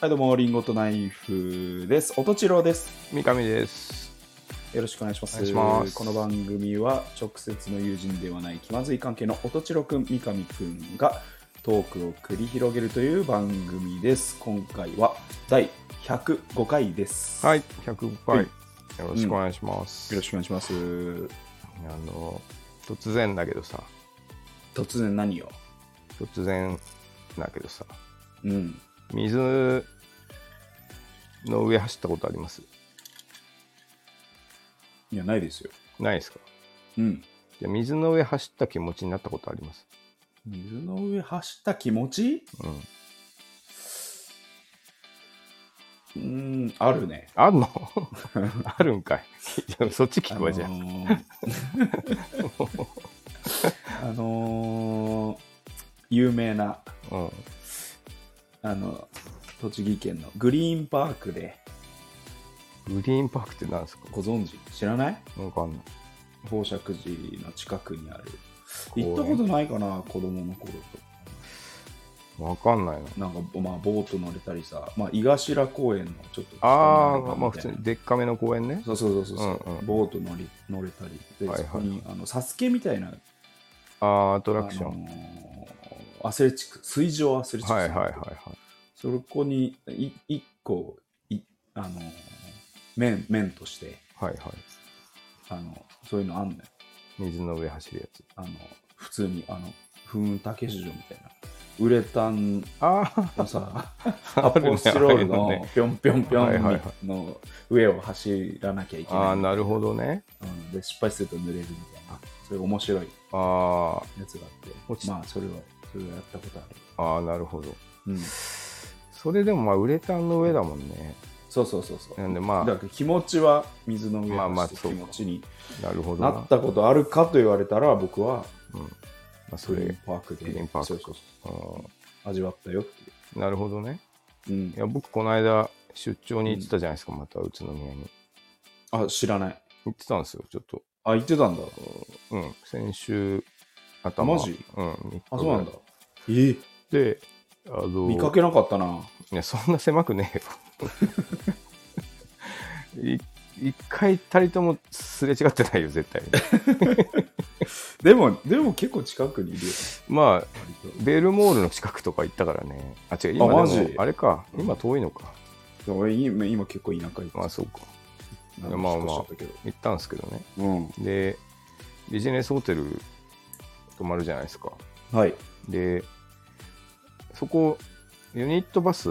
はい、どうも、リンゴとナイフです。おとちろうです。三上です。よろしくお願いします。お願いしますこの番組は、直接の友人ではない気まずい関係のおとちろくん、三上くんがトークを繰り広げるという番組です。今回は第105回です。。はいい、105は回。いよろしくお願いします。よろしくお願いします。あの、突然だけどさ、突然何を突然だけどさ、うん。水の上走ったことありますいや、ないですよ。ないですかうん。じゃあ水の上走った気持ちになったことあります水の上走った気持ちううん。ーん、あるね。あんのあるんかい。 じゃあそっち聞くわ、じゃああ。のー あのー有名なうん。あの栃木県のグリーンパークでグリーンパークって何ですかご存知知らないなんかあんの宝石寺の近くにある公園行ったことないかな子供の頃とわかんないなな。んかまあボート乗れたりさ、まあ、井頭公園のちょっとあ北あ、のま方みあた普い通なにでっかめの公園ね。そうそうそうそう、うんうんボート乗り乗れたりで、はいはいそこにあのサスケみたいなああ、アトラクショあン。のーアスレチック水上アスレチックはスいはいはいはい。そこにい一個いあのー面面としてはいはい。あのそういうのあんのよ水の上走るやつ。あの普通にあの風雲竹市場みたいなウレタンああ、のさ あ発るね泡スチロールああいうののねぴょんぴょんぴょはいはいはんの上を走らなきゃいけあなあいなるほどね。うんで失敗すると濡れるみたいなそういう面白いあやつがあっ落てちまあそれはそれはやったことあるあ、ああ、なるほど。うん、それでもまあ、ウレタンの上だもんね。そうそうそうそうなんでまだあ、から気持ちは水の上まあまあ走ってそう気か持ちになるほどな。なったことあるかと言われたら僕はうんまあ、そグれ、リうーンパークでグリーンパークそうそうそんう味わったよっていなるほどね。う、うんい、や、僕、この間、出張に行ってたじゃないですか、また宇都宮に。あ知らない行ってたんですよ、ちょっと。あ言ってたんだうん、先週頭。マジうん、3日あそうなんだぐらいえで、あの、見かけなかったないや、そんな狭くねえよ。 い一回たりともすれ違ってないよ、絶対に。でもでも結構近くにいるよまあ、割とベルモールの近くとか行ったからね。あ、違う、あ今マでジもあれか。今遠いのか。でも俺今今結構田舎行ってまあ、そうか。なんかまあま引っあ越しちゃったけど行ったんですけどね。うんで、ビジネスホテル泊まるじゃないですか。はいで、そこ、ユニットバス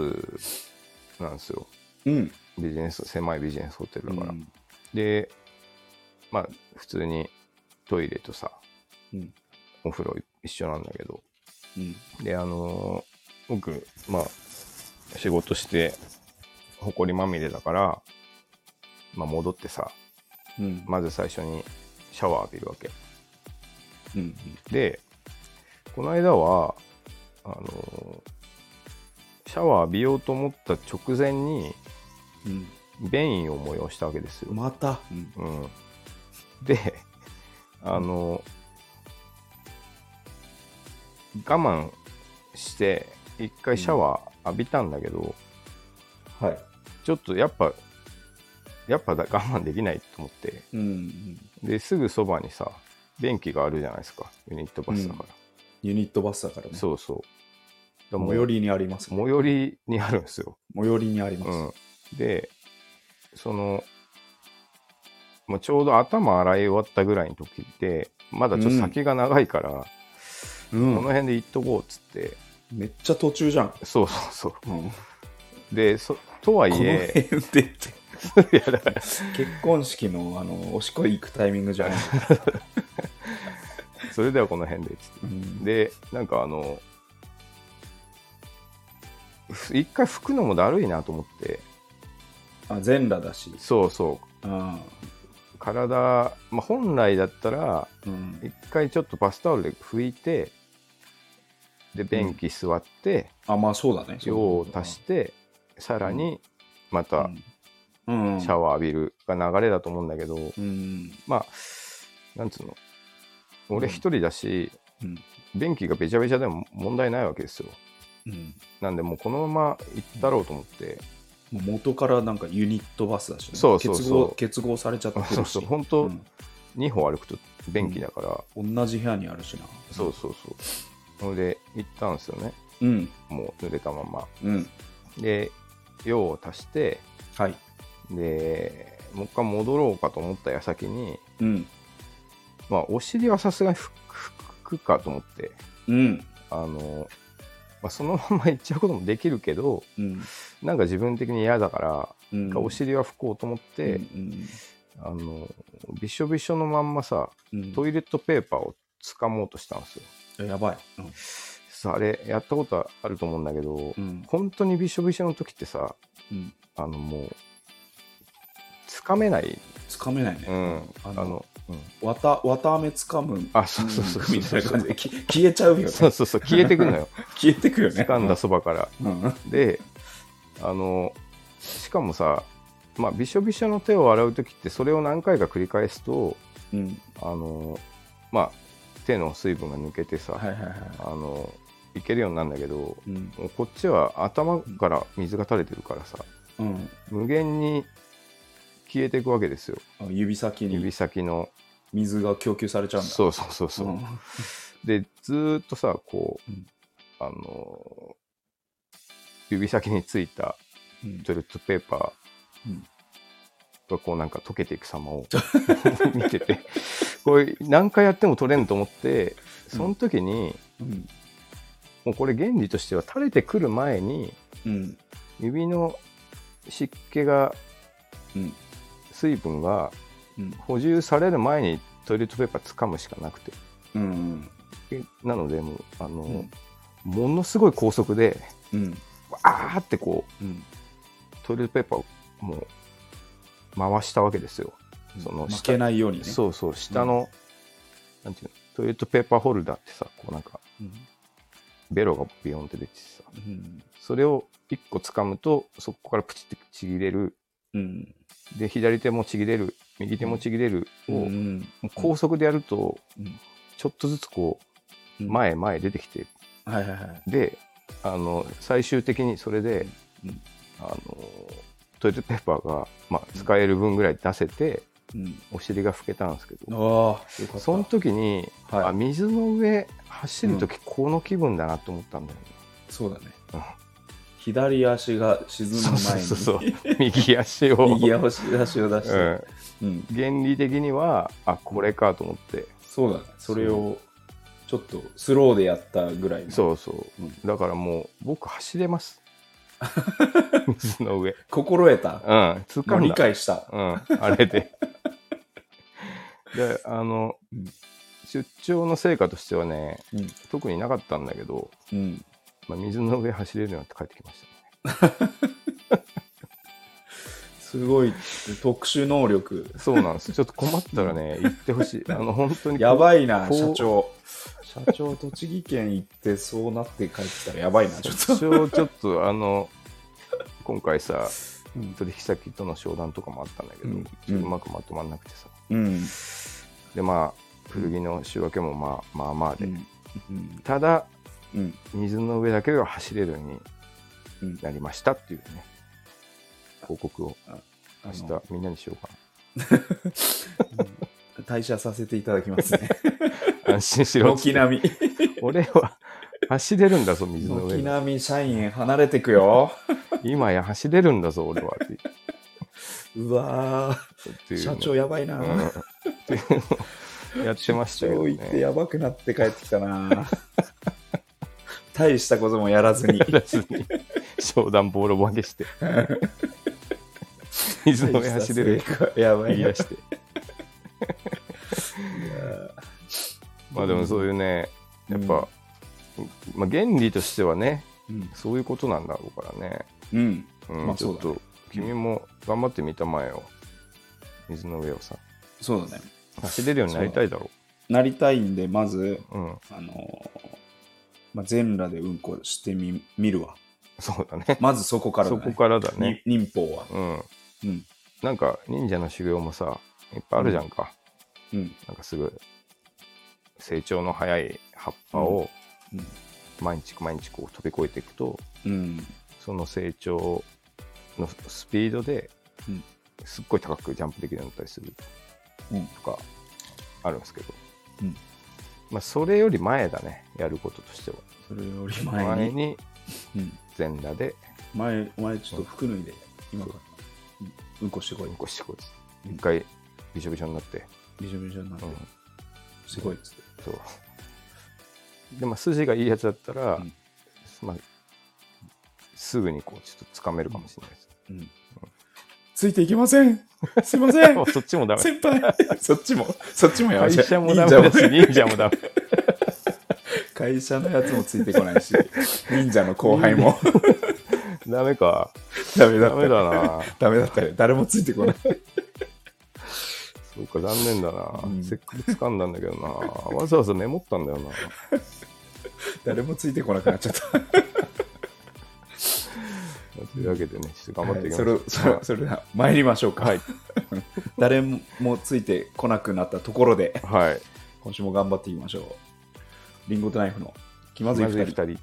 なんですよ。うんビジネス、狭いビジネスホテルだから。うんで、まあ、普通にトイレとさ、うんお風呂一緒なんだけど。うんで、あのー僕、まあ、仕事して、埃まみれだから、まあ、戻ってさ、うんまず最初にシャワー浴びるわけ。うんで、この間は、あのーシャワー浴びようと思った直前に、うん便意を催したわけですうよ。んまたうんうん、で、あの我慢して、一回シャワー浴びたんだけど、はいちょっとやっぱ、やっぱだ我慢できないと思って、うんうんですぐそばにさ、便器があるじゃないですか、ユニットバスだから。ユニットバスだからねそうそう。だから最寄りにあります最寄りにあるんですよ。最寄りにあります、うん、で、その、もうちょうど頭洗い終わったぐらいの時で、まだちょっと先が長いから、うんこの辺で行っとこうっつって、めっちゃ途中じゃん。そうそうそうん、こう。で、そとはいの辺え、でって 結いやだから婚式のあのおしっこ行くタイミングじゃない。それではこの辺でっつって。うんで、なんかあの、ふ一回拭くのもだるいなと思って、あ全裸だし。そうそあう、体、まあ、本来だったら、ーうん、一回ちょっとバスタオルで拭いてで便器座って、あまあそうだね。用を足してさらにまうたん。うん。シャワー浴びるが流れだと思うんだけど、うん。まあなんつうのうん俺一人だし、うん便器がべちゃべちゃでも問題ないわけですようん、なんで、もうこのまま行ったろうと思って、もう元からなんかユニットバスだしね、そうそうそう結合結合されちゃってるしそうそう、本当、2歩歩くと便器だから、うん同じ部屋にあるしなそうそうそう。それで、行ったんですよね。うんもう濡れたまま。うんで、用を足して、はいで、もう一回戻ろうかと思った矢先に、うんまあ、お尻はさすがに拭くかと思って、うんあの、まあ、そのまま行っちゃうこともできるけど、うんなんか自分的に嫌だから、うんお尻は拭こうと思って、うんあの、びしょびしょのまんまさ、うんトイレットペーパーを掴もうとしたんですよ。うんやばいさあれ、やったことはあると思うんだけど、うん本当にびしょびしょの時ってさ、うんあの、もう、掴めない。つかめないね、うん。ああのの、うん綿綿あめつかむあ、そうそうそう。みたいな感じでき消えちゃうよねそうそうそう、消えてくる のよ。消えてくよね掴んだそばから。うんで、あの、しかもさ、まあ、びしょびしょの手を洗う時って、それを何回か繰り返すと、うんあの、まあ、手の水分が抜けてさ、はいはいはいあの、いけるようになるんだけど、うんもうこっちは頭から水が垂れてるからさ、うん無限に消えていくわけですよ。あ指先指に先の。水が供給されちゃうんだそうそうそうそう。んで、ずーっとさ、こう、うんあのー指先についたうんトイレットペーパうんーがこうなんか溶けていく様を 見てて、これ何回やっても取れんと思って、その時に、うんもうこれ原理としては垂れてくる前に、うん指の湿気が、うん水分がうん補充される前にトイレットペーパー掴むしかなくて。うんえなので、もう、あのうんものすごい高速で、うんわーってこう、うんトイレットペーパーをもう、回したわけですよ。その負けないようにねそうそう、下の、なんていうの、トイレットペーパーホルダーってさ、こうなんか、うんベロがビヨンって出てさ、うんそれを1個掴むと、そこからプチってちぎれる、うんで、左手もちぎれる、右手もちぎれるを、もんう高速でやると、うんちょっとずつこう、うん前へ前へ出てきて、はいはいはいであの最終的にそれで、うんあのトイレットペーパーが、まあ、使える分ぐらい出せて、うんお尻が拭けたんですけああど、よかったその時に、はいあ水の上走る時、この気分だなと思ったんだよね。そうだねうん左足が沈むそうそう前そうそうに 右足を 右足足を出しうてん、うん原理的にはあこれかと思って、そうだねそれをちょっとスローでやったぐらいのそうそう、うんだからもう僕走れます 水の上心得たうんつかもうん理だ解したうん、あれで。で、あの、うん出張の成果としてはね、うん特になかったんだけど、うんまあ、水の上走れるようになって帰ってきましたね。すごい特殊能力そうなんです。ちょっと困ったらね、行ってほしい。あの、本当に。やばいなこう社長社長栃木県行ってそうなって帰ってきたらやばいなちょっと出張、ちょっと、あの、今回さ、うん取引先との商談とかもあったんだけど、うんちょっとうまくまとまらなくてさ。うんで、まあ、古着の仕分けもまあまあまあうで。んうんただ、うん水の上だけが走れるようになりましたっていうね、報告をあ明の日みんなにしようか退社させていただき ますね。な。安心しろっつっ軒て。並俺は走れるんだぞ、み。水の上軒で。並み社員離れてく よ。今や走れるんだぞ、俺は。ってうわってー、いうね、社長やばいな。うんっていうのをやってまし社たけど長行ってね。やばくなって帰ってきたな。 大したこともやらずに。やらずに商談ボロ負 けして。水の上走れる。やば言いいな出。して。まあでもそういうね、やっぱ、まあ原理としてはね、うん。そういうことなんだろうからね。うん。うん、まあちょっそうと、君も頑張ってみたまえよ。水の上をさ、そうだね。走れるようになりたいだろなりたいんで、まず、う。うん、あのーまあ、全裸でうんこしてみ見るわ。そうだね。まずそこからだそね。こからだね。に忍法は。うん。うん。なんか、忍者の修行もさ、いっぱいあるじゃんか。うん。なんかすぐ、成長の早い葉っぱをうん毎日毎日こう飛び越えていくとうん。その成長のスピードでうんすっごい高くジャンプできるようになったりするうんとかあるんですけど、うんまあ、それより前だねやることとしてはそれより前前に。にうん全裸で前、お前ちょっと服脱いで、今から。うんうんこしてこいうん。こしてこいっつってうん一回びしょびしょになって、びしょびしょになってう、ん、すごいっつって。そうでまあ筋がいいやつだったら、うんまあ、すぐにこうちょっとつかめるかもしれないです、うん。ついていけませんすいま せんもうそっちもダメ先輩そっちも、そっちもやばい会社もダメだし忍者もダメ会社のやつもついてこない し、忍者の後輩もダメか ダメだダったメよ。だなダメだったよ。誰もついてこない。そうか残念だな、うんせっかく掴んだんだけどなわざわざメモったんだよな誰もついてこなくなっちゃった。というわけでねちょっと頑張っていきそましれょそれう、それでは参りましょうか、はい 誰もついてこなくなったところではい今週も頑張っていきましょうリンゴとナイフの気まずいま2ずい人2人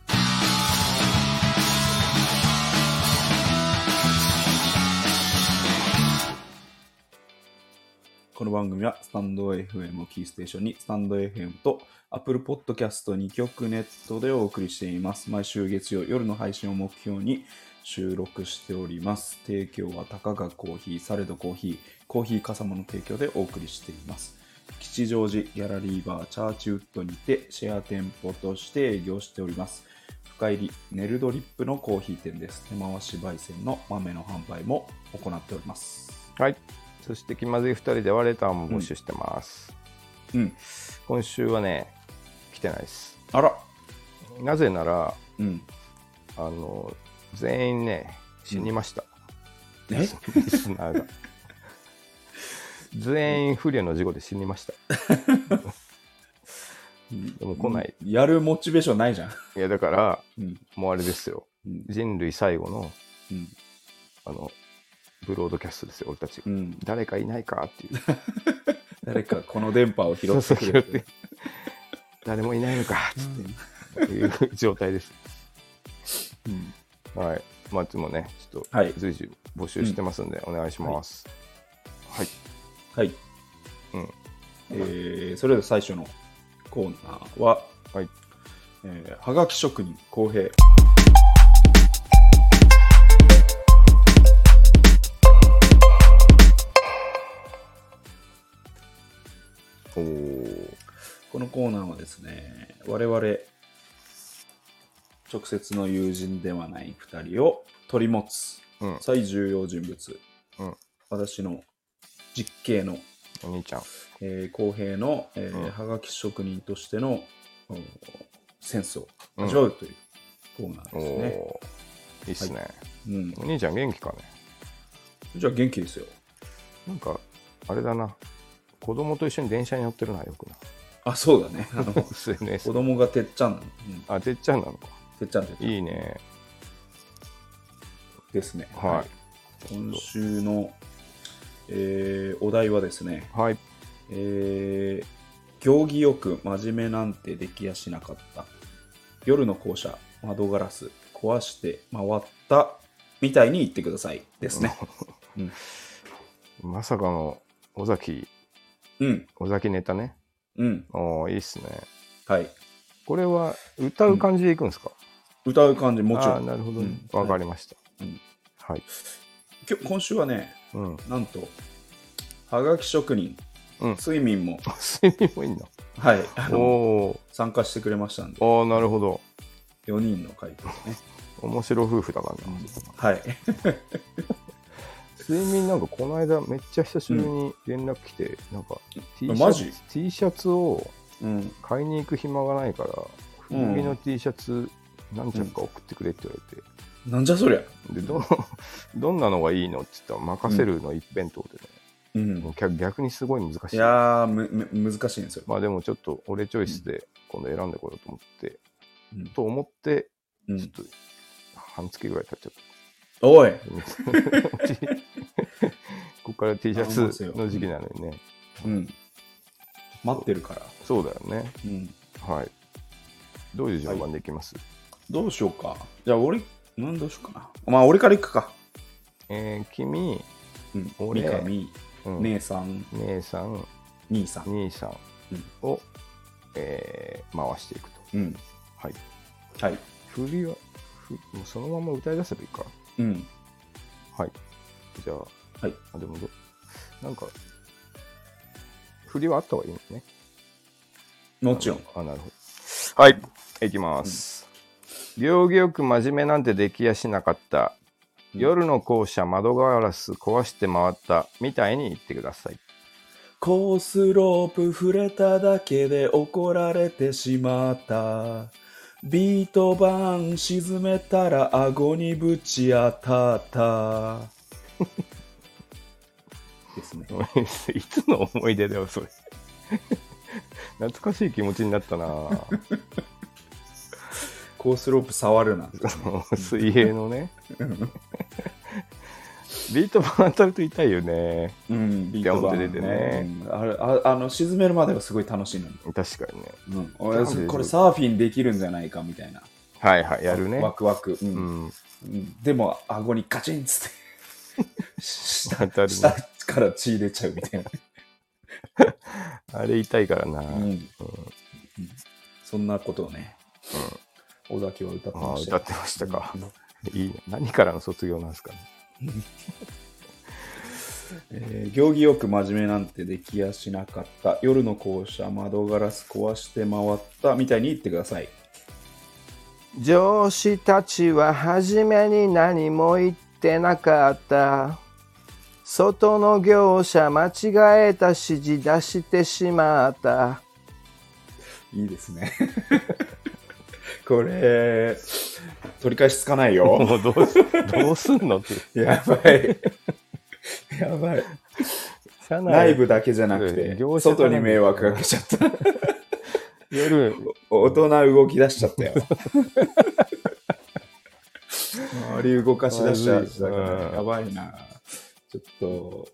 この番組はスタンド FM をキーステーションにスタンド FM と Apple Podcast2 曲ネットでお送りしています毎週月曜夜の配信を目標に収録しております提供はたかがコーヒーサレドコーヒーコーヒーかさまの提供でお送りしています吉祥寺ギャラリーバーチャーチウッドにてシェア店舗として営業しております深入りネルドリップのコーヒー店です手回し焙煎の豆の販売も行っておりますはいそして気まずい2人ではレターも募集してます、うん今週はね来てないですあらなぜならうんあの全員ね死にました、えリスナーが全員不慮の事故で死にま したでも来ないやるモチベーションないじゃん。いやだからうん。もうあれですようん。人類最後のうん。あのブロードキャストですよ俺たちが、うん、誰かいないかっていう誰かこの電波を拾ってそうそうく拾れってて。 誰もいないのかっつっていう状態ですうんはいまあでもねちょっはいと随時募集してますんで、お願いしますはい、はい。うんえー、それでは最初のコーナーは、はいえー、はがき職人公平。おーこのコーナーはですね、我々、直接の友人ではない2人を取り持つうん最重要人物、うん私の実刑のお兄ちゃんえー、公平の、えーうんはがき職人としてのおセンスをうん味わうというコーナーおですね。おーいいっすね、うん、お兄ちゃん元気かねじゃあ元気ですよ。なんかあれだな子供と一緒に電車に乗ってるのはよ くなあ、そうだね。あ の子 SNS 供がてっちゃんなの、うんあてっちゃんなのかてっちゃんてっちゃんいいねですね。はい今週の、えーお題はですね、はいえー行儀よく真面目なんてできやしなかった夜の校舎窓ガラス壊して回ったみたいに言ってくださいですねうん、まさかの尾崎うん尾崎ネタねうん、おーいいっすねはいこれは歌う感じでいくんですか、歌う感じもちろあーんなるほどうんわ、かりました、うんはい、今日今週はねうん、なんとはがき職人、うん睡眠も睡眠もいいんだはいあおのー参加してくれましたんでおーなるほど4人の回答ですね、面白夫婦だからな、はい睡眠なんかこの間めっちゃ久しぶりに連絡来て、なんか T シマャジツ T シャツをうん買いに行く暇がないからうん古着の T シャツ何着か送ってくれって言われて、なんじゃそりゃでどのどんなのがいいのって言ったら任せるの一辺倒でね、うんもう逆逆にすごい難しいいやーむむ難しいんですよ、まあでもちょっと俺チョイスで今度選んでこようと思って、うんと思ってうちょっん、と半月ぐらい経っちゃったおい ここから T シャツの時期なのにねうん。待ってるから。そうだよねうん。はいどういう順番でいきます、どうしようか。じゃあ、俺、うん、どうしようかな。まあ、俺から行くか。えー君、うん、俺三上、うん姉さん、姉さん、兄さん。兄さんを、えー回していくと。うん。はい。はい。振りは、ふもうそのまま歌い出せばいいか。うん。はい。じゃあ、はい。あ、でもど、なんか、振りはあった方がいいのね。もちろん。あ、なるほど。はい、いきます。行儀よく真面目なんてできやしなかった。うん夜の校舎窓ガラス壊して回ったみたいに言ってください。 コースロープ触れただけで怒られてしまった。ビート板沈めたら顎にぶち当たった。ですね。いつの思い出だよ、それ。 懐かしい気持ちになったな コースロープ触るな。水泳のね。 ビート板当たると痛いよね。うん、ビート板ギャンブルでねうんあれああの沈めるまではすごい楽しいのに。確かにね。うん、ギャ俺ンブルでこれサーフィンできるんじゃないかみたいな。はいはい、やるねワ。クワク。ううんん。うんでも、顎にガチンっつって、下当たるね下から血出ちゃうみたいな。 あれ痛いからな。うんそんなことをね、尾崎は歌ってあまあ、した歌っよ。てましたか。いいね。何からの卒業なんですかね。えー行儀よく真面目なんてできやしなかった。夜の校舎、窓ガラス壊して回ったみたいに言ってください。上司たちは初めに何も言ってなかった外の業者間違えた指示出してしまったいいです ね。これ、取り返しつかない よ。もうどうすどうすんのってやば い。やばい。社内内部だけじゃなくうんて業、者から外ねに迷惑かけちゃった。夜大人動き出しちゃったよ。周り動かし出しちゃったから、うんやばいな。ちょっと、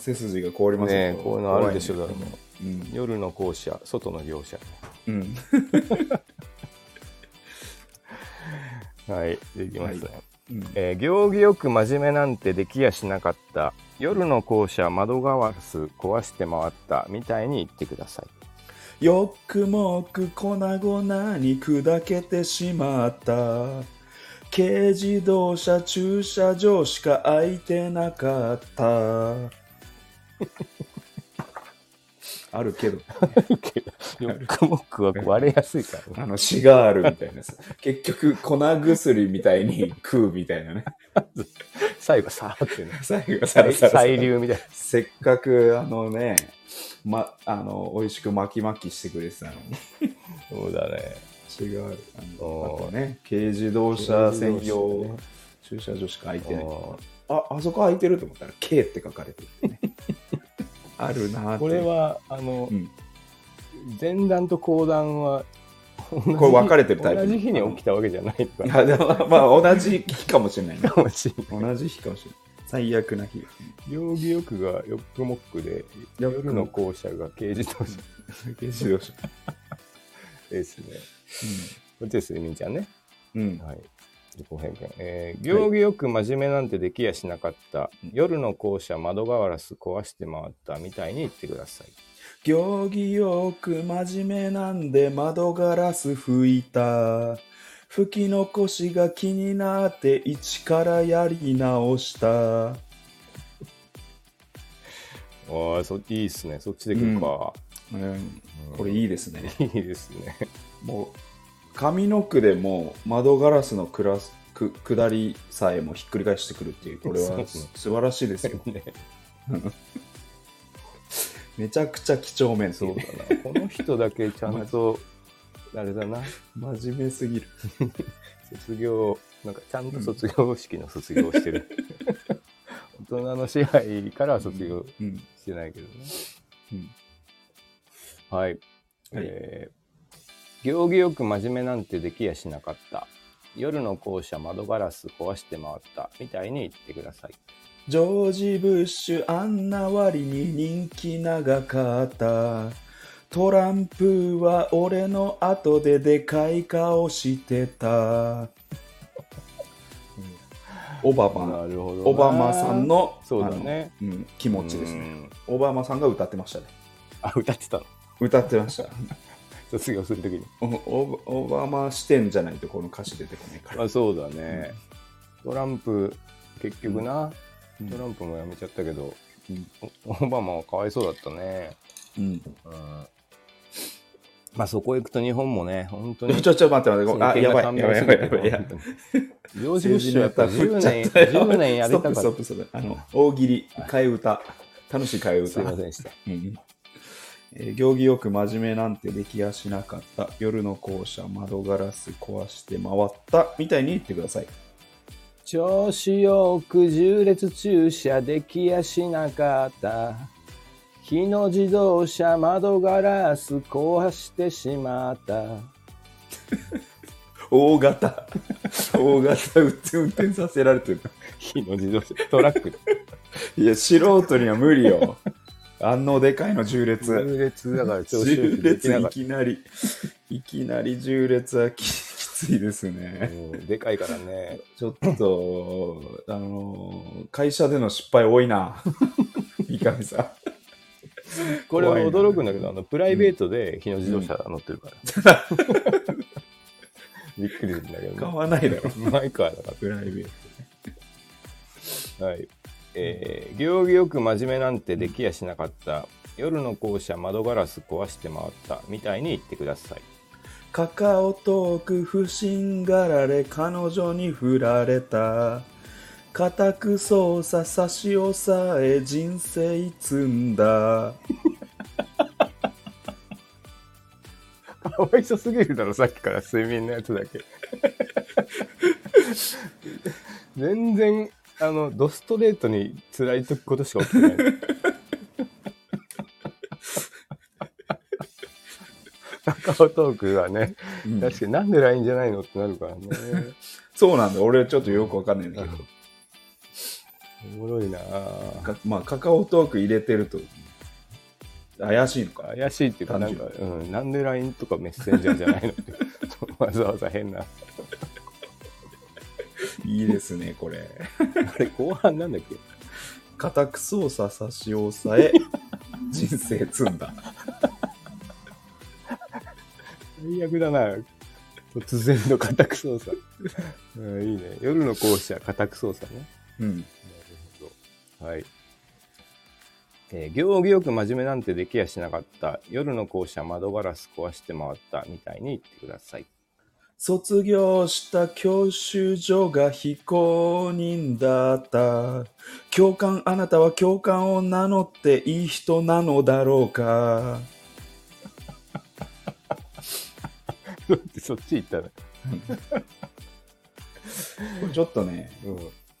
背筋が凍りますねこういうのあるでしょだろう怖いね夜の校舎外の業者うん。 うん。はいできますね、うんえー行儀よく真面目なんてできやしなかった夜の校舎窓ガラス壊して回ったみたいに言ってください よくもく粉々に砕けてしまった軽自動車駐車場しか空いてなかった あるけどよくもくは割れやすいからねあの血があるみたいなさ結局粉薬みたいに食うみたい なね 最後さーってね最後さらさらさら再流みたいせっかくあのねまあの美味しく巻き巻きしてくれてたのになそうだね違うあのおーあとね軽自動車専用駐車場しか空いてないああそこ空いてると思ったら「K」って書かれてるね あるなーってこれはあの、うん前段と後段は同じこれ分かれてるタイプ同じ日に起きたわけじゃないかい らやでもまあ同じ日かもしれないねかもしれない 同じ日かもしれない最悪な日行儀よくがよっくもっくでよっくも夜の校舎が軽自動車軽自動車ですねこっちですゆみちゃんねうん、うんはい自己偏見えー行儀よく真面目なんてできやしなかった、夜の校舎窓ガラス壊して回ったみたいに言ってください行儀よく真面目なんで窓ガラス拭いた吹き残しが気になって一からやり直したああそいいっすねそっちで来るか、うん、うんこれいいですね。いいですね。もう、上の句でも窓ガラスのクラスく下りさえもひっくり返してくるっていう、これそうはねす素晴らしい ですよ。めちゃくちゃ几帳面そうだな。この人だけちゃんと、あれだな、真面目すぎる。卒業、なんかちゃんと卒業式の卒業をし てる。大人の支配からは卒業うん。してないけどね。うんはい。えー行儀よく真面目なんてできやしなかった。夜の校舎窓ガラス壊して回ったみたいに言ってください。ジョージ・ブッシュ、あんな割に人気長かった。トランプは俺の後ででかい顔してた。オバマ、るほどなオバマさんのそうだねあのうん気持ちですね。ねオバマさんが歌ってましたね。あ歌ってたの歌ってました。卒業するときにおオバオバマ視点じゃないとこの歌詞出てこ ないから。あそうだね、トランプ結局な、うんトランプもやめちゃったけど、うんおオバマはかわいそうだったね、うん、うん、まあそこ行くと日本もね本当ちにょ、ちょ、ちょ、待って待ってご真めん。あ、剣やなばい、官や僚ばい、すやばぎい、てやばい。やばい本当にジョージ・ブッシュやっぱ10年振っちゃったよ10年やりたかったストップ、ストップ、ストップあの、大喜利、替え歌。楽しい替えす歌い。ませんでしたうんえー行儀よく真面目なんてできやしなかった夜の校舎窓ガラス壊して回ったみたいに言ってください調子よく縦列駐車できやしなかった日の自動車窓ガラス壊してしまった大 型大型運転させられてる日の自動車トラックいや素人には無理よあのでかいの縦列縦列だから調子縦よくでき列ないかっきなりいきなり縦列はききついですたねうんでかいからねちょっとあのー会社での失敗多い な三上さんこれは 怖いな驚くんだけどあのプライベートで日の自動車乗ってるから、 びっくりするんだけ買ど、わないだろね、マイカーだかプライベートらはいえー、行儀よく真面目なんてできやしなかった夜の校舎窓ガラス壊して回ったみたいに言ってくださいカカオトーク不審がられ彼女に振られた固く操作差し押さえ人生積んだかわいそすぎるだろさっきから睡眠のやつだけ全然あのドストレートに辛いことしか起きてないカカオトークはね、うん確かになんで LINE じゃないのってなるからね。そうなんだ俺ちょっとよくわかんないんだけどおもろいなぁかまあカカオトーク入れてると怪しいのかな怪しいっていうか、なんか、うん、なんで LINE とかメッセンジャーじゃないのって、わざわざ変な。いいですねこれあれ、後半なんだっけ固く操作差し押さ え人生積んだ最悪だな突然の家宅捜査、うん、いいね夜の校舎家宅捜査ねうんなるほどはい、えー行儀よく真面目なんてできやしなかった夜の校舎窓ガラス壊して回ったみたいに言ってください 卒業した教習所が非公認だった教官あなたは教官を名乗っていい人なのだろうかそっち行ったね、これちょっとねう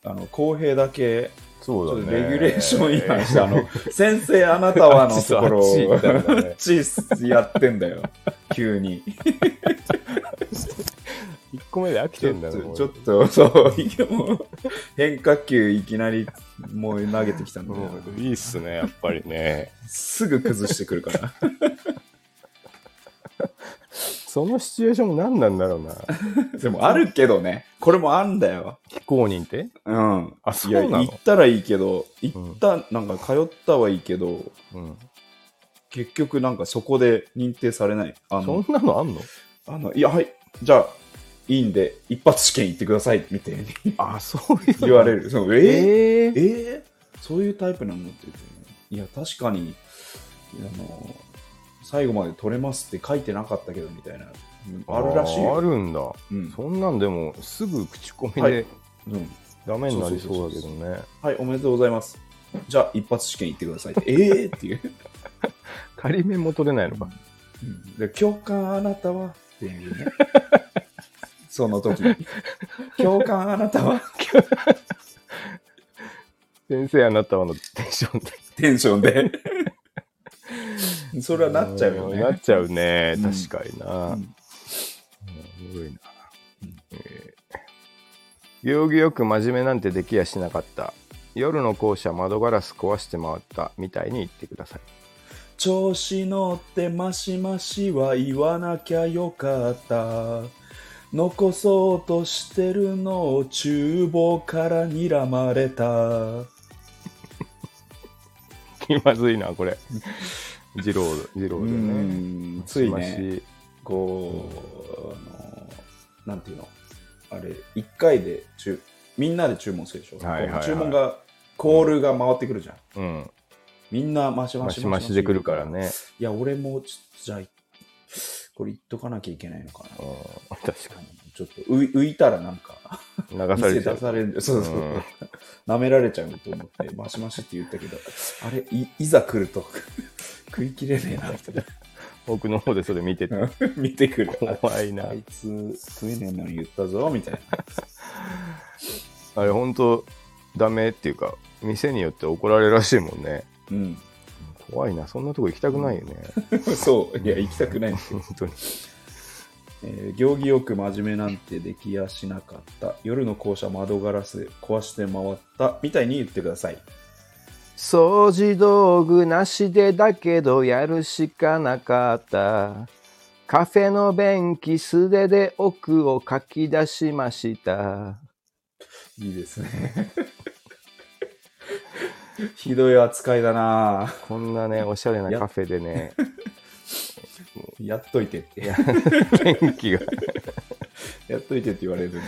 ん、あの公平だけちそょっうとだレねギュレーション違反して、あ の先生あなたはのところあっち行をったんだ ねあっちやってんだよ急に1個目で飽きちてょんだっろとちょっと そういやもう変化球いきなりもう投げてきたんだよ、うんいいっすねやっぱりねすぐ崩してくるから そのシチュエーションも何なんだろうなでもあるけどね、これもあんだよ。非公認ってうん。あそういや、なの行ったらいいけど、行った、なんか通ったはいいけど、うん、結局なんかそこで認定されない。あそのん、なのあんのあのいや、はい、じゃあ、いいんで、一発試験行ってください、み たいに あそういうの言われる。そうえー、ええーーそういうタイプなのって言っていや、確かに、あの、最後まで取れますって書いてなかったけど、みたいな。あるらしいあーあよ。るんだうんそんなんでもすぐ口コミはでいうんダメになりそうだけどねはい、おめでとうございます。じゃあ、一発試験行ってくださいって。 ええー、っていう。仮面も取れないのかで共感あなたはっていうね その時に共感あなたは先生あなたはのテンションでテンション でそれはなっちゃうよなっねちゃうねうん確かにな、うんうんおもろいな、えー行儀よく真面目なんてできやしなかった夜の校舎窓ガラス壊して回ったみたいに言ってください調子乗ってマシマシは言わなきゃよかった残そうとしてるのを厨房から睨まれた気まずいな、 これ。ジロー、ジロうーでね。んついマねシこう、あのなんていうのあれ1回で注みんなで注文するでしょ、はいはいはいこう注文がコールが回ってくるじゃん、マシうん。みんなマシママシシマシで来るからね ね。いや俺もちょっとじゃあこれ言っとかなきゃいけないのかなうん確かちょっと浮い浮いたらなんかに。流さ店れち出ゃう。されるそうそうそう、うん舐められちゃうと思ってマシマシって言ったけどあれいいざ来ると 食い切れねえなみたいな奥の方でそれ見てて。見て くる怖いなあいつ食えねえのに言ったぞみたいなあれ、ほんと、ダメっていうか、店によって怒られるらしいもんね。うん 怖いな、そんなとこ行きたくないよね。そういや行きたくないんですよ、本当に。えー行儀よく真面目なんてできやしなかった夜の校舎窓ガラス壊して回ったみたいに言ってください掃除道具なしでだけどやるしかなかったカフェの便器素手で奥をかき出しましたいいですね ひどい扱いだなこんなね、おしゃれなカフェでね、やっといてって天気が。 やっといてって言われるね、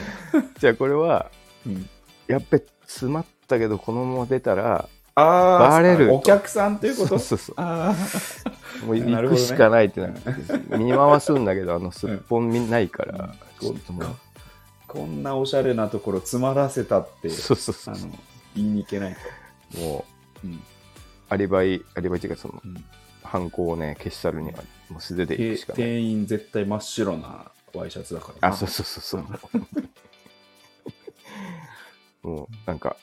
じゃあこれは、うん、やっべ、詰まったけど、このまま出たら、ああバレるとお客さんということそうそうあそう。もうな行るほくどねしかないってなって、見回すんだけど、あの、すっぽん見ないから、うんちょっともうあこんなおしゃれなところ詰まらせたってそうそうあそう。の言いに行けないと、もうんう、アリバイ、アリバイっていうか、その、うん犯行をね、消し去るには、もう素手で行くしかない。店員絶対真っ白なワイシャツだからあ、なそうそうそうそう。 もう、なんか、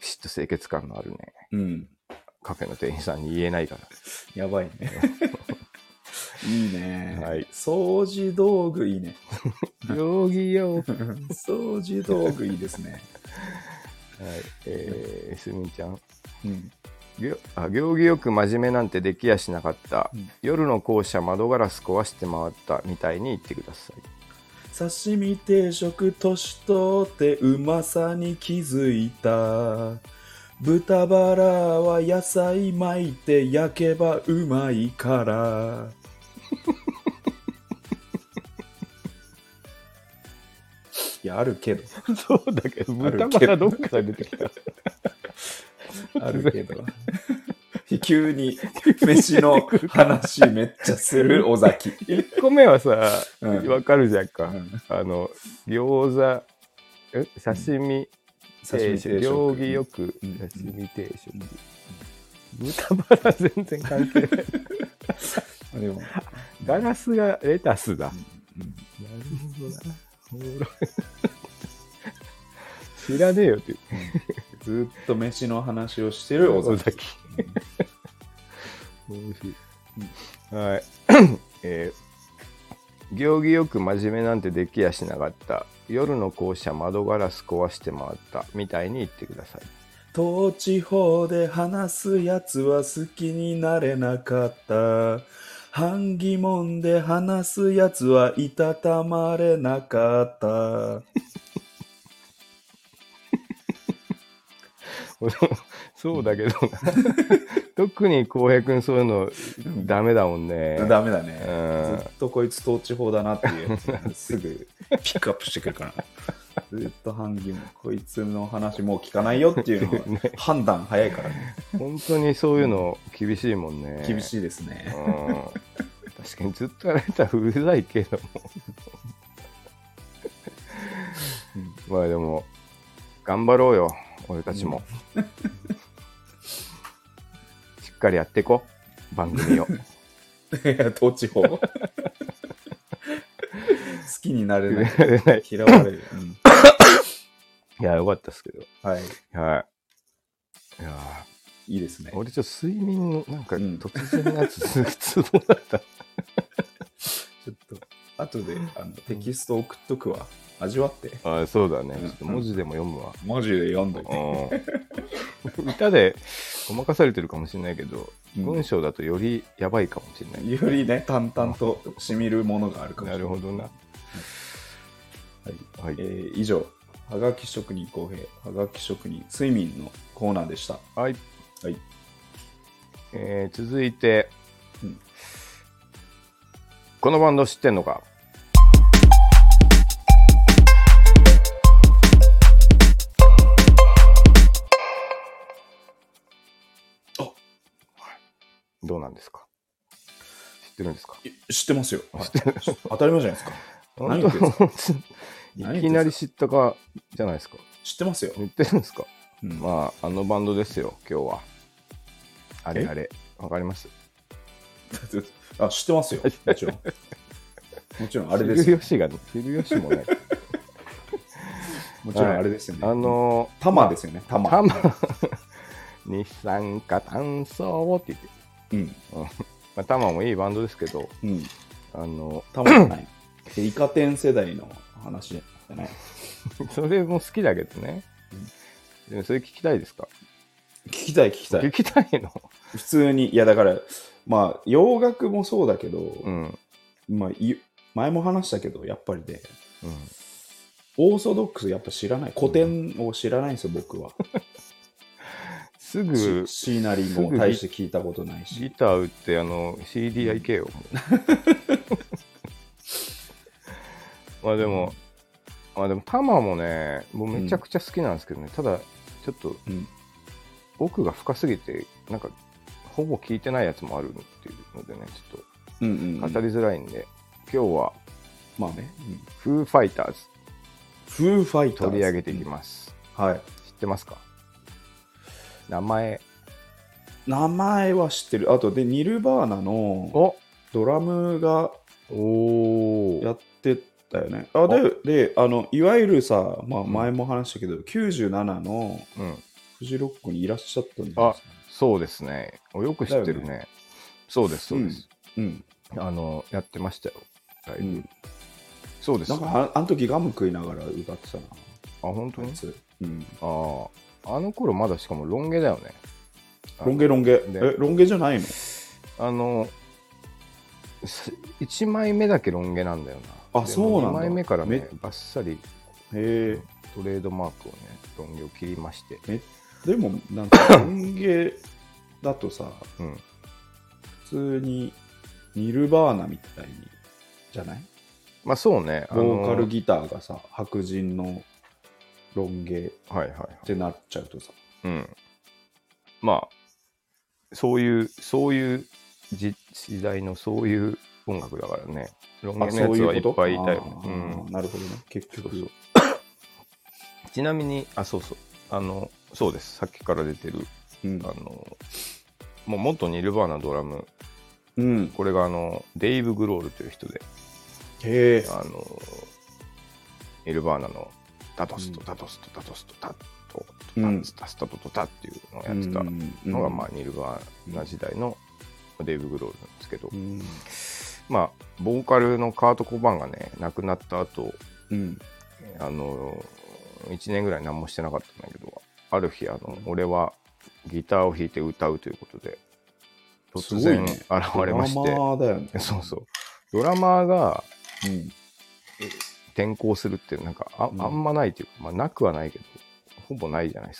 ピシッと清潔感のあるね、うんカフェの店員さんに言えないから。やばい ねいいね、はい掃除道具いいね容疑よ。はい。掃除道具いいですね、えー、すみちゃん。うん、ぎょあ行儀よく真面目なんてできやしなかった、うん夜の校舎窓ガラス壊して回ったみたいに言ってください刺身定食年取ってうまさに気づいた豚バラは野菜巻いて焼けばうまい からいやあるけど そうだけど豚バラどっから出てきた あるけど急に飯の話めっちゃする尾崎 1個目はさうわ、んかるじゃんか、うんあの餃子え刺身定食行儀よくうん刺身定食、うん豚バラ全然関係ないでも ガラスがレタスだ、うんなるほどな。おもろい知らねえよって言って。ずっと飯の話をしてる 尾尾崎崎。面白い。はい。 えー行儀よく真面目なんてできやしなかった。夜の校舎窓ガラス壊して回った。みたいに言ってください。 統治法で話すやつは好きになれなかった半疑問で話すやつはいたたまれなかったそう だけど、特に浩平君そういうのダメだもんね。ダメだうんねずっとこいつ統治法だなっていうやつがすぐピックアップしてくるから ずっと半疑問こいつの話もう聞かないよっていうのは判断早いから ね本当にそういうの厳しいもんね。厳しいですねうん確かにずっとやられたらうるさいけども うんまあでも頑張ろうよ俺たちも、しっかりやっていこう番組をいや統治法好きになれないやれ ない嫌われる、うん いやよかったですけどはいはいいやいいですねー俺ちょっと睡眠のなんかうん突然のやつ ツボだった、ちょっと、後であのテキスト送っとくわ。味わって。 あそうだねうんちょっと文字でも読むわ、マジで読んどいて。うん歌でごまかされてるかもしれないけど、うん文章だとよりやばいかもしれない。よりね、淡々としみるものがあるかもしなれない。るほどな。はい。えー以上、はがき職人公平、はがき職人睡眠のコーナーでした。はい。はい。えー続いて、うんこのバンド知ってんのかあはいどうなんですか知ってるんですかい知ってますよ。はい当たり前じゃないですか。何言ってんす本当何言ってんすかいきなり知ったかじゃないですか知ってますよ。言ってるんですかうんまああのバンドですよ今日はあれあれわかりますあ、知ってますよ。もちろん。もちろんあれです知よ。る由がね知る由もない もちろんあれですよね。あ、の玉ですよね。玉。たま 日産化炭素をって言って、うん。まあ、タマもいいバンドですけどうん。あの 玉じゃない。でイカ天世代の話じゃない。それも好きだけどね、でもそれ聞きたいですか聞きたい聞きた聞い。きたいの普通に、いやだから、まあ、洋楽もそうだけど、うん、うん、まあ、い前も話したけど、やっぱりね、オーソドックスやっぱ知らない。古典を知らないんですよ、僕は。 すぐシーナリーも大して聞いたことないギし。ター打ってあの CD や行けよ、もうまあでもまあでもタマもねもうめちゃくちゃ好きなんですけどね、ただちょっとうん奥が深すぎてなんかほぼ聞いてないやつもあるっていうのでねちょっうんうとん、語りづらいんで、今日はまあね。うんフーファイターズフーファイターズ取り上げていきます、はい。知ってますか名前名前は知ってる。あとで、ニルバーナのをドラムがおやってたよね。あでであの、いわゆるさ、まあ、前も話したけど、97のうんフジロックにいらっしゃったんですよ。そうですねおよく知ってるねだそうですそうです、うん。あのやってましたよライうブ、ん、そうですなんかあ、あの時ガム食いながら歌ってたな。あ本当あにいつうん、あああの頃まだしかもロン毛だよねロンゲロンゲ。でえ、ロンゲじゃないのあのす一枚目だけロン毛なんだよなあそうなんだ2枚目からねめバッサリへトレードマークをねロン毛を切りましてえ。でも、なんか、ロンゲだとさ、うん普通にニルバーナみたいに、じゃないまあそうねあのボーカルギターがさ、白人のロン毛っはいはいはいてなっちゃうとさ。うんまあそういうそういう時時代のそういう音楽だからねロン毛のやつはいっぱいいたよねあーうんなるほどね。結局。そうちなみに、あ、そうそう、あの、そうです、さっきから出てる、うんあ。の、もう元ニルバーナドラム、うん、これがあの、デイブ・グロールという人で、へえ。あの、ニルバーナの、ダトスト、ダトスト、ダトスト、ダット、うんダスタトトタっていうのをやってたのが、まあ、ニルバーナ時代のデイブ・グロールなんですけどう、ん。まあ、ボーカルのカート・コバーンがね、亡くなった後、うん。あの1年ぐらい何もしてなかったんだけどある日あの俺はギターを弾いて歌うということです突ごい然ね現れまして、ドラマーだ よね。そうそうドラマーがうん。転校するってなんかあうんあんまないというか、まあ、なくはないけどほぼないじゃないで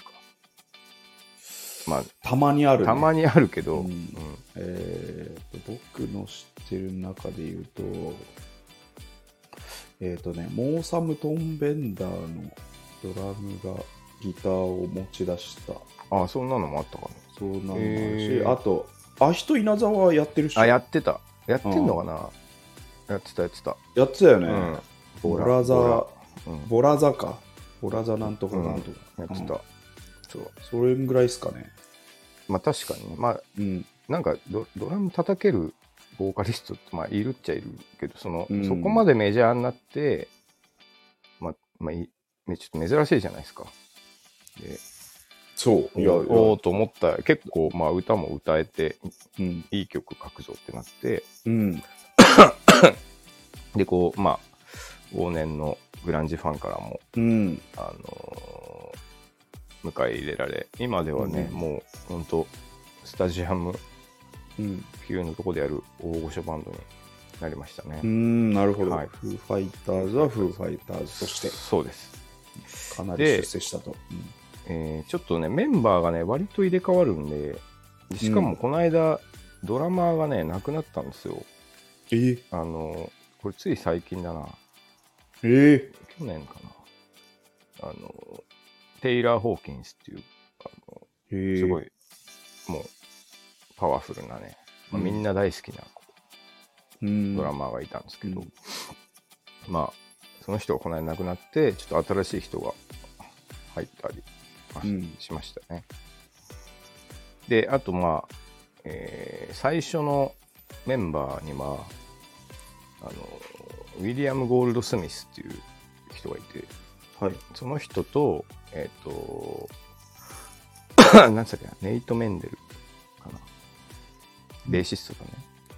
すかまあたまにある、ね。たまにあるけど、うんうんえーと僕の知ってる中で言うと、えっ、とね、モーサム・トンベンダーのドラムがギターを持ち出した、ああそんなのもあったかそうなんだし、へーあと、アヒト稲沢やってるっしょなあやってたやってんのかな、やってたやってた、やってたよね。うんボラザボー、ラうんボラザか。ボラザなんとかなんとか。やってた、うんそうそれぐらいっすかね。まあ確かにねまあうん。なんかドドラム叩けるボーカリストってまあいるっちゃいるけどその、うんそこまでメジャーになって、まあまあ、いねちょっと珍しいじゃないですか。でそう。いや、いやおおと思ったら結構、まあ、歌も歌えてうん。いい曲書くぞってなってうん。でこうまあ往年のグランジファンからも、うん。あの迎え入れられ、今ではね、うんもう本当スタジアムうん。級のとこでやる大御所バンドになりましたね。うん、なるほど。はいフーファイターズはフーファイターズとして、そうです。かなり出世したと。うんえーちょっとね、メンバーがね、割と入れ替わるんで、でしかうんもこの間、ドラマーがね、亡くなったんですよ。えあの、これつい最近だな。え去年かな。あの、テイラー・ホーキンスっていう、あのえすごい、もう、パワフルなね、まうあんみんな大好きなうんドラマーがいたんですけど、うんまあ、その人がこの間亡くなって、ちょっと新しい人が入ったりまあうんしましたね。で、あとまあ、えー最初のメンバーには、あの、ウィリアム・ゴールド・スミスっていう人がいて、はい。その人と、えっ、と、 何でしたっけな、ネイト・メンデルかな。ベーシストだね。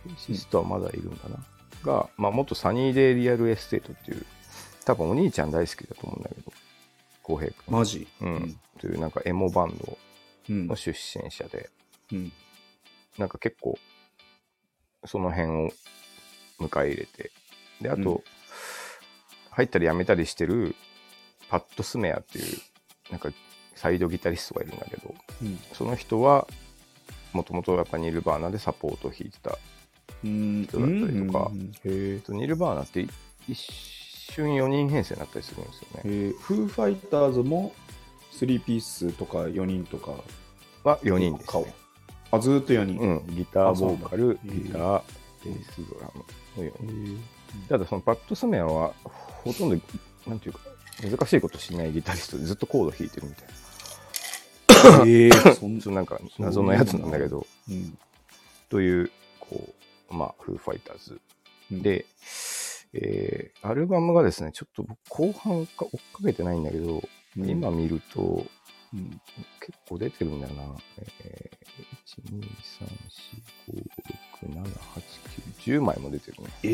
ベーシストはまだいるんだな。が、まあ、元サニーデイ・リアル・エステートっていう、多分お兄ちゃん大好きだと思うんだけど、浩平君。マジううんん。というなんかエモバンドうんの。出身者で、うん。なんか結構、その辺を迎え入れて。で、あと、うん入ったり辞めたりしてる、パッド・スメアっていう、なんか、サイドギタリストがいるんだけど、うんその人は、もともとやっぱニルバーナでサポートを弾いてた。うん。人だったりとかうん。へええっ。とニルバーナってい一瞬4人編成になったりするんですよえね。ーフーファイターズも3ピースとか4人とかは4人です、顔ね。あずーっと4人、うん、ギター、あそうボなんーだカル、へえギター、ベース、ドラムの4人え。ーただそのパッド・スメアはほとんどなんていうか難しいことしないギタリストでずっとコード弾いてるみたいなえー、そんちょっとなんか謎のやつなんだけどうんというこうまあフーファイターズうんで、えーアルバムがですねちょっと僕後半か追っかけてないんだけうど、ん今見るとうん結構出てるんだよな、えー、12345678910枚も出てるね、え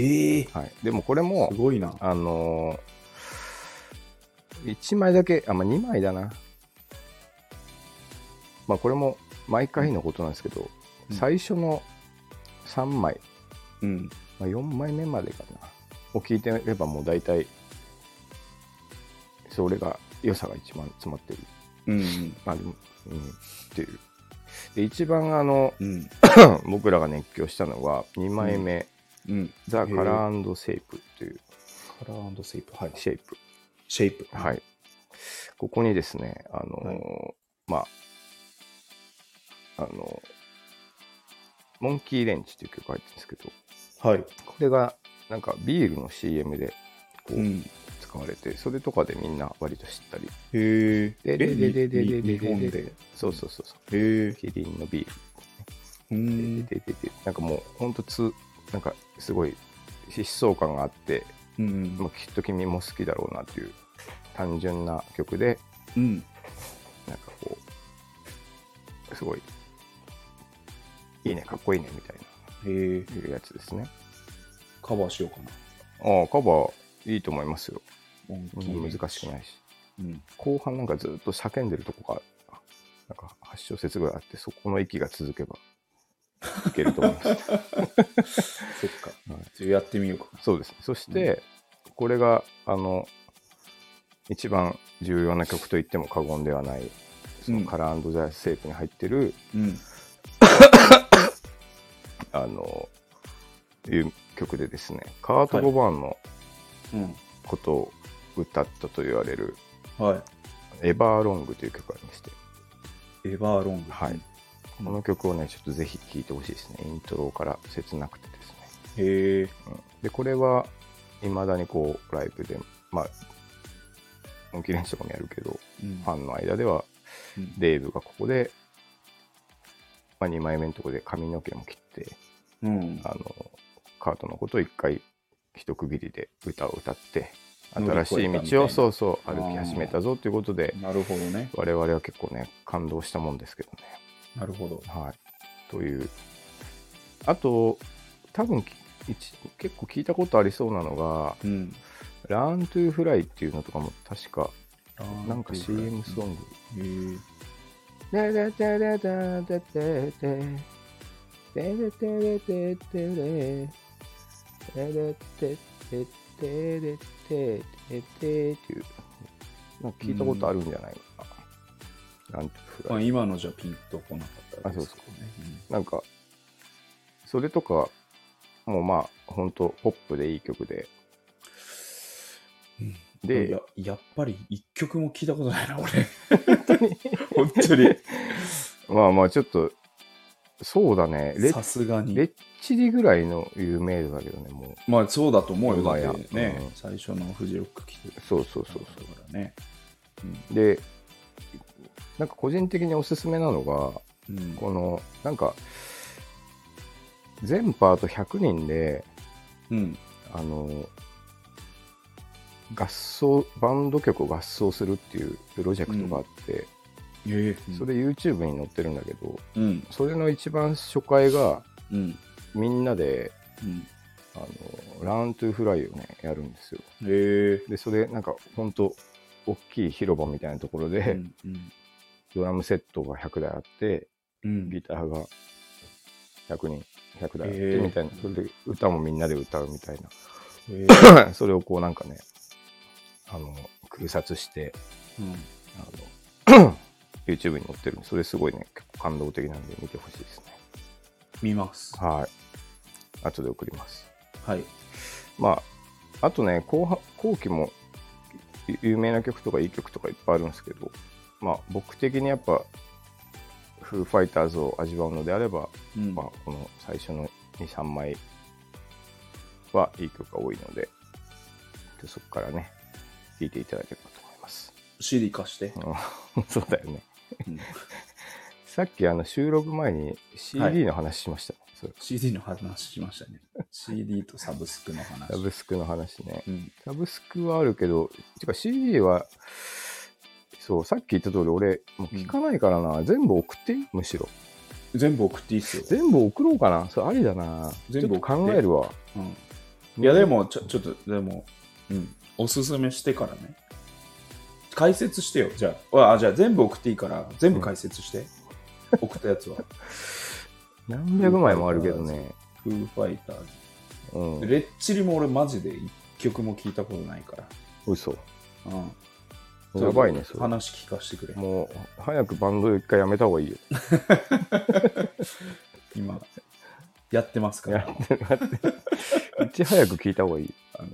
ー、はい、でもこれもすごいなあのー、1枚だけ、あ、まあ、2枚だな。まあ、これも毎回のことなんですけど、うん最初の3枚、うんまあ、4枚目までかな、を聞いてればもう大体、それが、良さが一番詰まってる。うんまあ、でもうん、っていう。で、一番あの、うん僕らが熱狂したのは、2枚目、うんザ・へカえラーセイプという、カラーセイプはいシェイプ。シェイプはい。ここにですね、あのーはまあ、あのーモンキーレンチっていう曲が入ってるんですけど、はいこれがなんかビールの CM でこううん使われて、それとかでみんな割と知ったり。へーでえでででででにで日本ででそうそうそうそう。へえキリンのビール。うんででででなんかもうほんとつ、なんかすごい疾走感があって、うんまあ、きっと君も好きだろうなっていう単純な曲で、うんなんかこう、すごい、いいね、かっこいいね、みたいへーな、いうやつですね。カバーしようかなああ、カバーいいと思いますよ。音難しくないし。うん後半なんかずっと叫んでるとこが、なんか8小節ぐらいあって、そこの息が続けば、いけると思い ます。そっかはいちょっとやってみようかなそうですね。そして、これが、あの、一番重要な曲と言っても過言ではない、そのカラーザイスセープに入ってる、うんあの、いう曲でですね、カート・ボバーンのうんことを歌ったと言われる、はエバーロングという曲がありまして、いエバーロングはいこの曲をね、ちょっとぜひ聴いてほしいですね。イントロから切なくてですね。へえうんで、これは、未だにこう、ライブで、まあ、本気練習とかもやるけど、うんファンの間では、うんデーブがここで、まあ、2枚目のとこで髪の毛も切って、うんあの、カートのことを一回、一区切りで歌を歌って、乗り新越えたみたいなしい道をそうそうあー歩き始めたぞということで、なるほどね。我々は結構ね、感動したもんですけどね。なるほど。はい。という。あと、多分き一結構聞いたことありそうなのが、うん。ラントゥーフライっていうのとかも確か、ラなんか CM ソング。へーダダダダダダダダダダダダダダてれてててれてててっていう。なんか聞いたことあるんじゃないかな。なんてフまラあ、イ。今のじゃピンとこなかったけどね。なんか、それとか、もうまあ、ほんと、ポップでいい曲で。で、いでや、やっぱり一曲も聞いたことないな、 俺。本当に。本まあまあ、ちょっと、そうだね。当レに。ッさすがレに。ッチリぐらいの有名度だけどね、もまあ、そうだと思うよ。まあだってね、うん最初のフジロック聞いてう。そうそうそそううだからね。そう。で、なんか個人的におすすめなのが、うん。この、なんか、全パート100人で、うん。あの、合奏、バンド曲を合奏するっていうプロジェクトがあって、ええそれ YouTube に載ってるんだけど、うん。それの一番初回が、うん。みんなで、うん。あの、ラントゥフライをね、やるんですよ。ええで、それ、なんか、ほんと、大きい広場みたいなところで、うんうんドラムセットが100台あって、うん。ギターが100人、100台あっへて、えみたいな、それで歌もみんなで歌うみたいな。ええそれをこうなんかね、あの、空撮して、うんあの、YouTube に載ってるんで、それすごいね、結構感動的なんで見てほしいですね。見ます。はい。後で送ります。はい。まあ、あとね、後半後期もい有名な曲とかいい曲とかいっぱいあるんですけど、まあ、僕的にやっぱ、フーファイターズを味わうのであれば、うんまあ、この最初の2、3枚はいい曲が多いので、ちょっとそこからね、聴いていただければと思います。 CD 貸して。うんそうだよね。うんさっきあの収録前に CD の話しましたね。そう。 CD の話しましたね。CD とサブスクの話。サブスクの話ね。うん。サブスクはあるけど、てか CD は、そう、さっき言った通り、俺、もう聞かないからな、全部送って、むしろ。全部送っていいっすよ。全部送ろうかな、それありだな。全部送ってちょっと考えるわ。うんいや、でも、ちょちょっと、でも、うん、おすすめしてからね。解説してよ、じゃあ。あ、じゃあ全部送っていいから、全部解説して。送ったや つは。何百枚もあるけどね。フーファイターうズ。ん。レッチリも俺マジで一曲も聞いたことないから。嘘。うん。やばいね、ちょっそとれ。話聞かせてくれ。もう、早くバンド一回やめた方がいい よ。今、やってますから。いち早く聞いた方がいい。あの、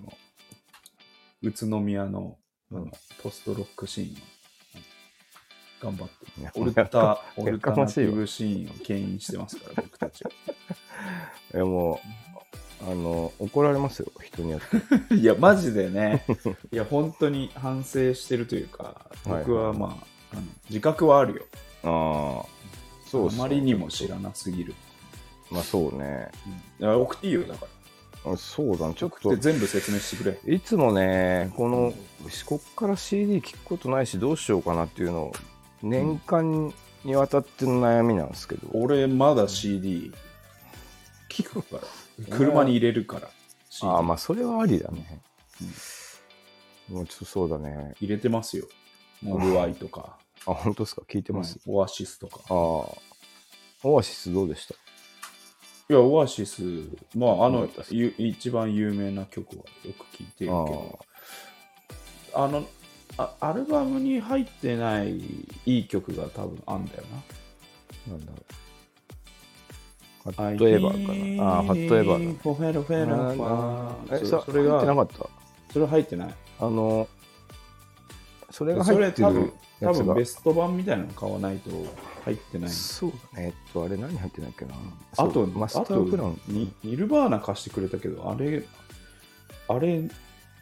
宇都宮のあのポストロックシーンを頑張っていや、オルタ、オやルかタまナしテいわィブシーンを牽引してますから、僕たちは。いや、もう、あの、怒られますよ、人によ って。いや、マジでね、いや、本当に反省してるというか、僕はまあ、あの自覚はあるよ。ああ。そうっすねあまりにも知らなすぎる。まあ、そうね。いや送っていいよ、だかあそうだね、ちょっら。とで。全部説明してくれ。いつもね、この、こっから CD 聞くことないし、どうしようかなっていうのを、年間にわたっての悩みなんですけど、俺、まだ CD 聞くから。車に入れるから。CD ああ、まあ、それはありだね。もうちょっとそうだね。入れてますよ。モグワイとか。あ、本当ですか聞いてます、うんオアシスとか。ああ。オアシスどうでしたいや、オアシス、まあ、あどうのだったっ、すゆ一番有名な曲はよく聴いてるけど、あのあ、アルバムに入ってないいい曲が多分あんだよなんだろう。フな。ァットエヴァかな。ああ、ファットエヴァフォフェロフェだロなファーえ、そそそれれが入ってなが、かったそれ入ってない。あの、それがそ入れって多る分、や多つ分がベスト版みたいなの買わないと入ってない。そうだね。えっと、あれ何入ってないっけな。あと、そうマスタあとープラン。ニニルバーナ貸してくれたけど、あれ、あれ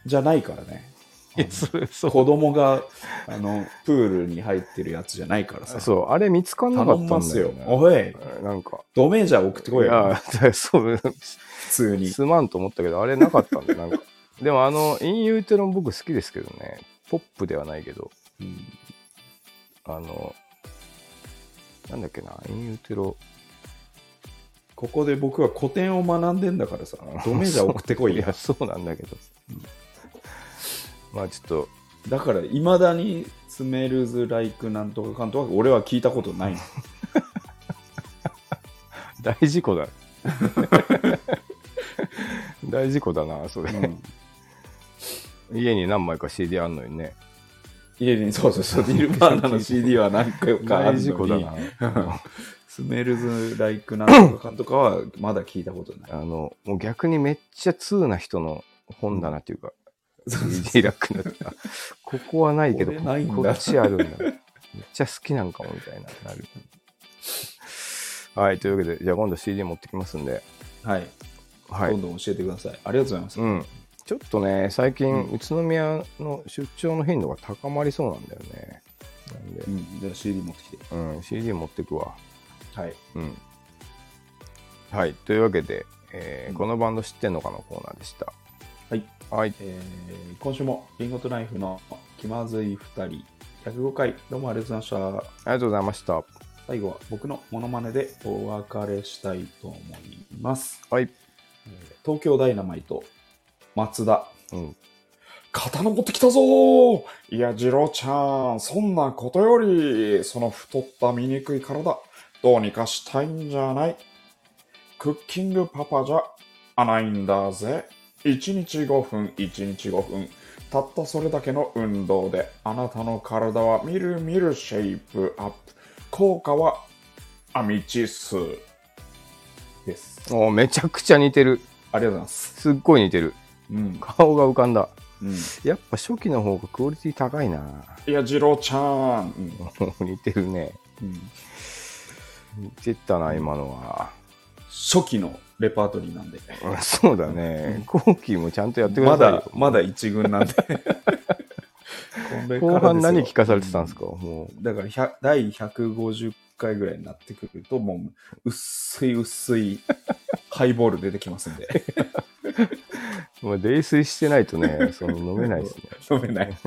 じゃないからね。いやそれそ子供があのプールに入ってるやつじゃないからさ。う。そう、あれ見つかんなか頼っんたまんすだよ、よ。ね。おい、なんか。ドメジャー送ってこいよ、や、 そう、普通に。すまんと思ったけど、あれなかったんだよ、なんか。でも、あの、インユーテロも僕好きですけどね。ポップではないけど、うんあの、なんだっけな、インユーテロ。ここで僕は古典を学んでんだから さ、ドメジャー送ってこいいよや、。そうなんだけど。まあ、ちょっと、だから、いまだに、スメルズ・ライク・なんとかかんとか、俺は聞いたことないの。大事故だ。 大事故だな、それ。うん家に何枚か CD あんのにね。家に、そうそうそう、ディルバー ナの CD は何回かあるの大に事故だな。スメルズ・ライク・なんとかかんとかは、まだ聞いたことない。あの、もう逆にめっちゃ通な人の本棚っていうか、CD ラックになった。ここはないけど、これこないんだこっちあるんだ。めっちゃ好きなんかもみたいな、なる。はい、というわけで、じゃあ今度 CD 持ってきますんで、はい。はいどん。どん教えてください。ありがとうございます。うん、ちょっとね、最近、うん宇都宮の出張の頻度が高まりそうなんだよね。なんでう、ん、じゃあ CD 持ってきて。うん、CD 持ってくわ。はい。うん。はい、というわけで、えーうんこのバンド知ってんのかのコーナーでした。はい。はい、えー今週もリンゴとナイフの気まずい2人105回どうもありがとうございましたありがとうございました。最後は僕のモノマネでお別れしたいと思いますはい、東京ダイナマイト松田うん、刀持ってきたぞーいや次郎ちゃんそんなことよりその太った醜い体どうにかしたいんじゃないクッキングパパじゃあないんだぜ1日5分1日5分たったそれだけの運動であなたの体はみるみるシェイプアップ効果はアミチ数ですおーめちゃくちゃ似てる。ありがとうございますすっごい似てる。うん、顔が浮かんだ。うん、やっぱ初期の方がクオリティ高いな。いや次郎ちゃん、似てるね。うんうん似てたな、今のは。初期のレパートリーなんで、うんそうだね。後期もちゃんとやってくだまさいよ。だ、まだ一軍なんで。これから 後半何聞かかされてたんですかもだから100、第150回ぐらいになってくると、もう、薄い薄いハイボール出てきますんで、 う、まあ、泥酔してない とね、その飲めないですね。飲めない。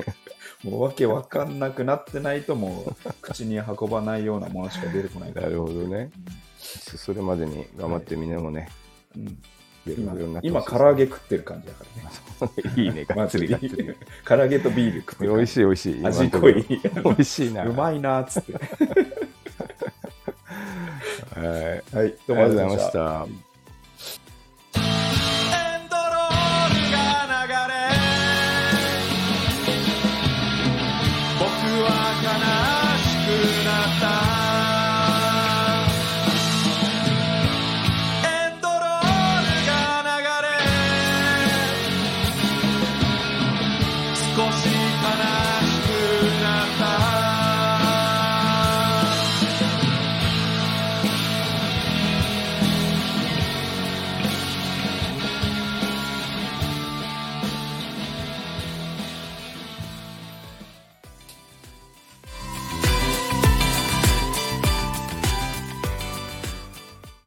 もう、わけわかんなくなってないと、もう、口に運ばないようなものしか出てこないかな ら。るほどね。そそれまでに頑張ってみんなもね、うんベロ今ベロにな、って今ほしい唐揚げ食ってる感じだからね。ですね いいね、がっつりがっ つり。唐揚げとビール食って美る感味じ。しい美味しい。味濃い。今のところ。美味しいな。うまいなーっつって。はい、どうはい。どうももあありりががととううごござざいいままし。したエンドロールが流れ僕は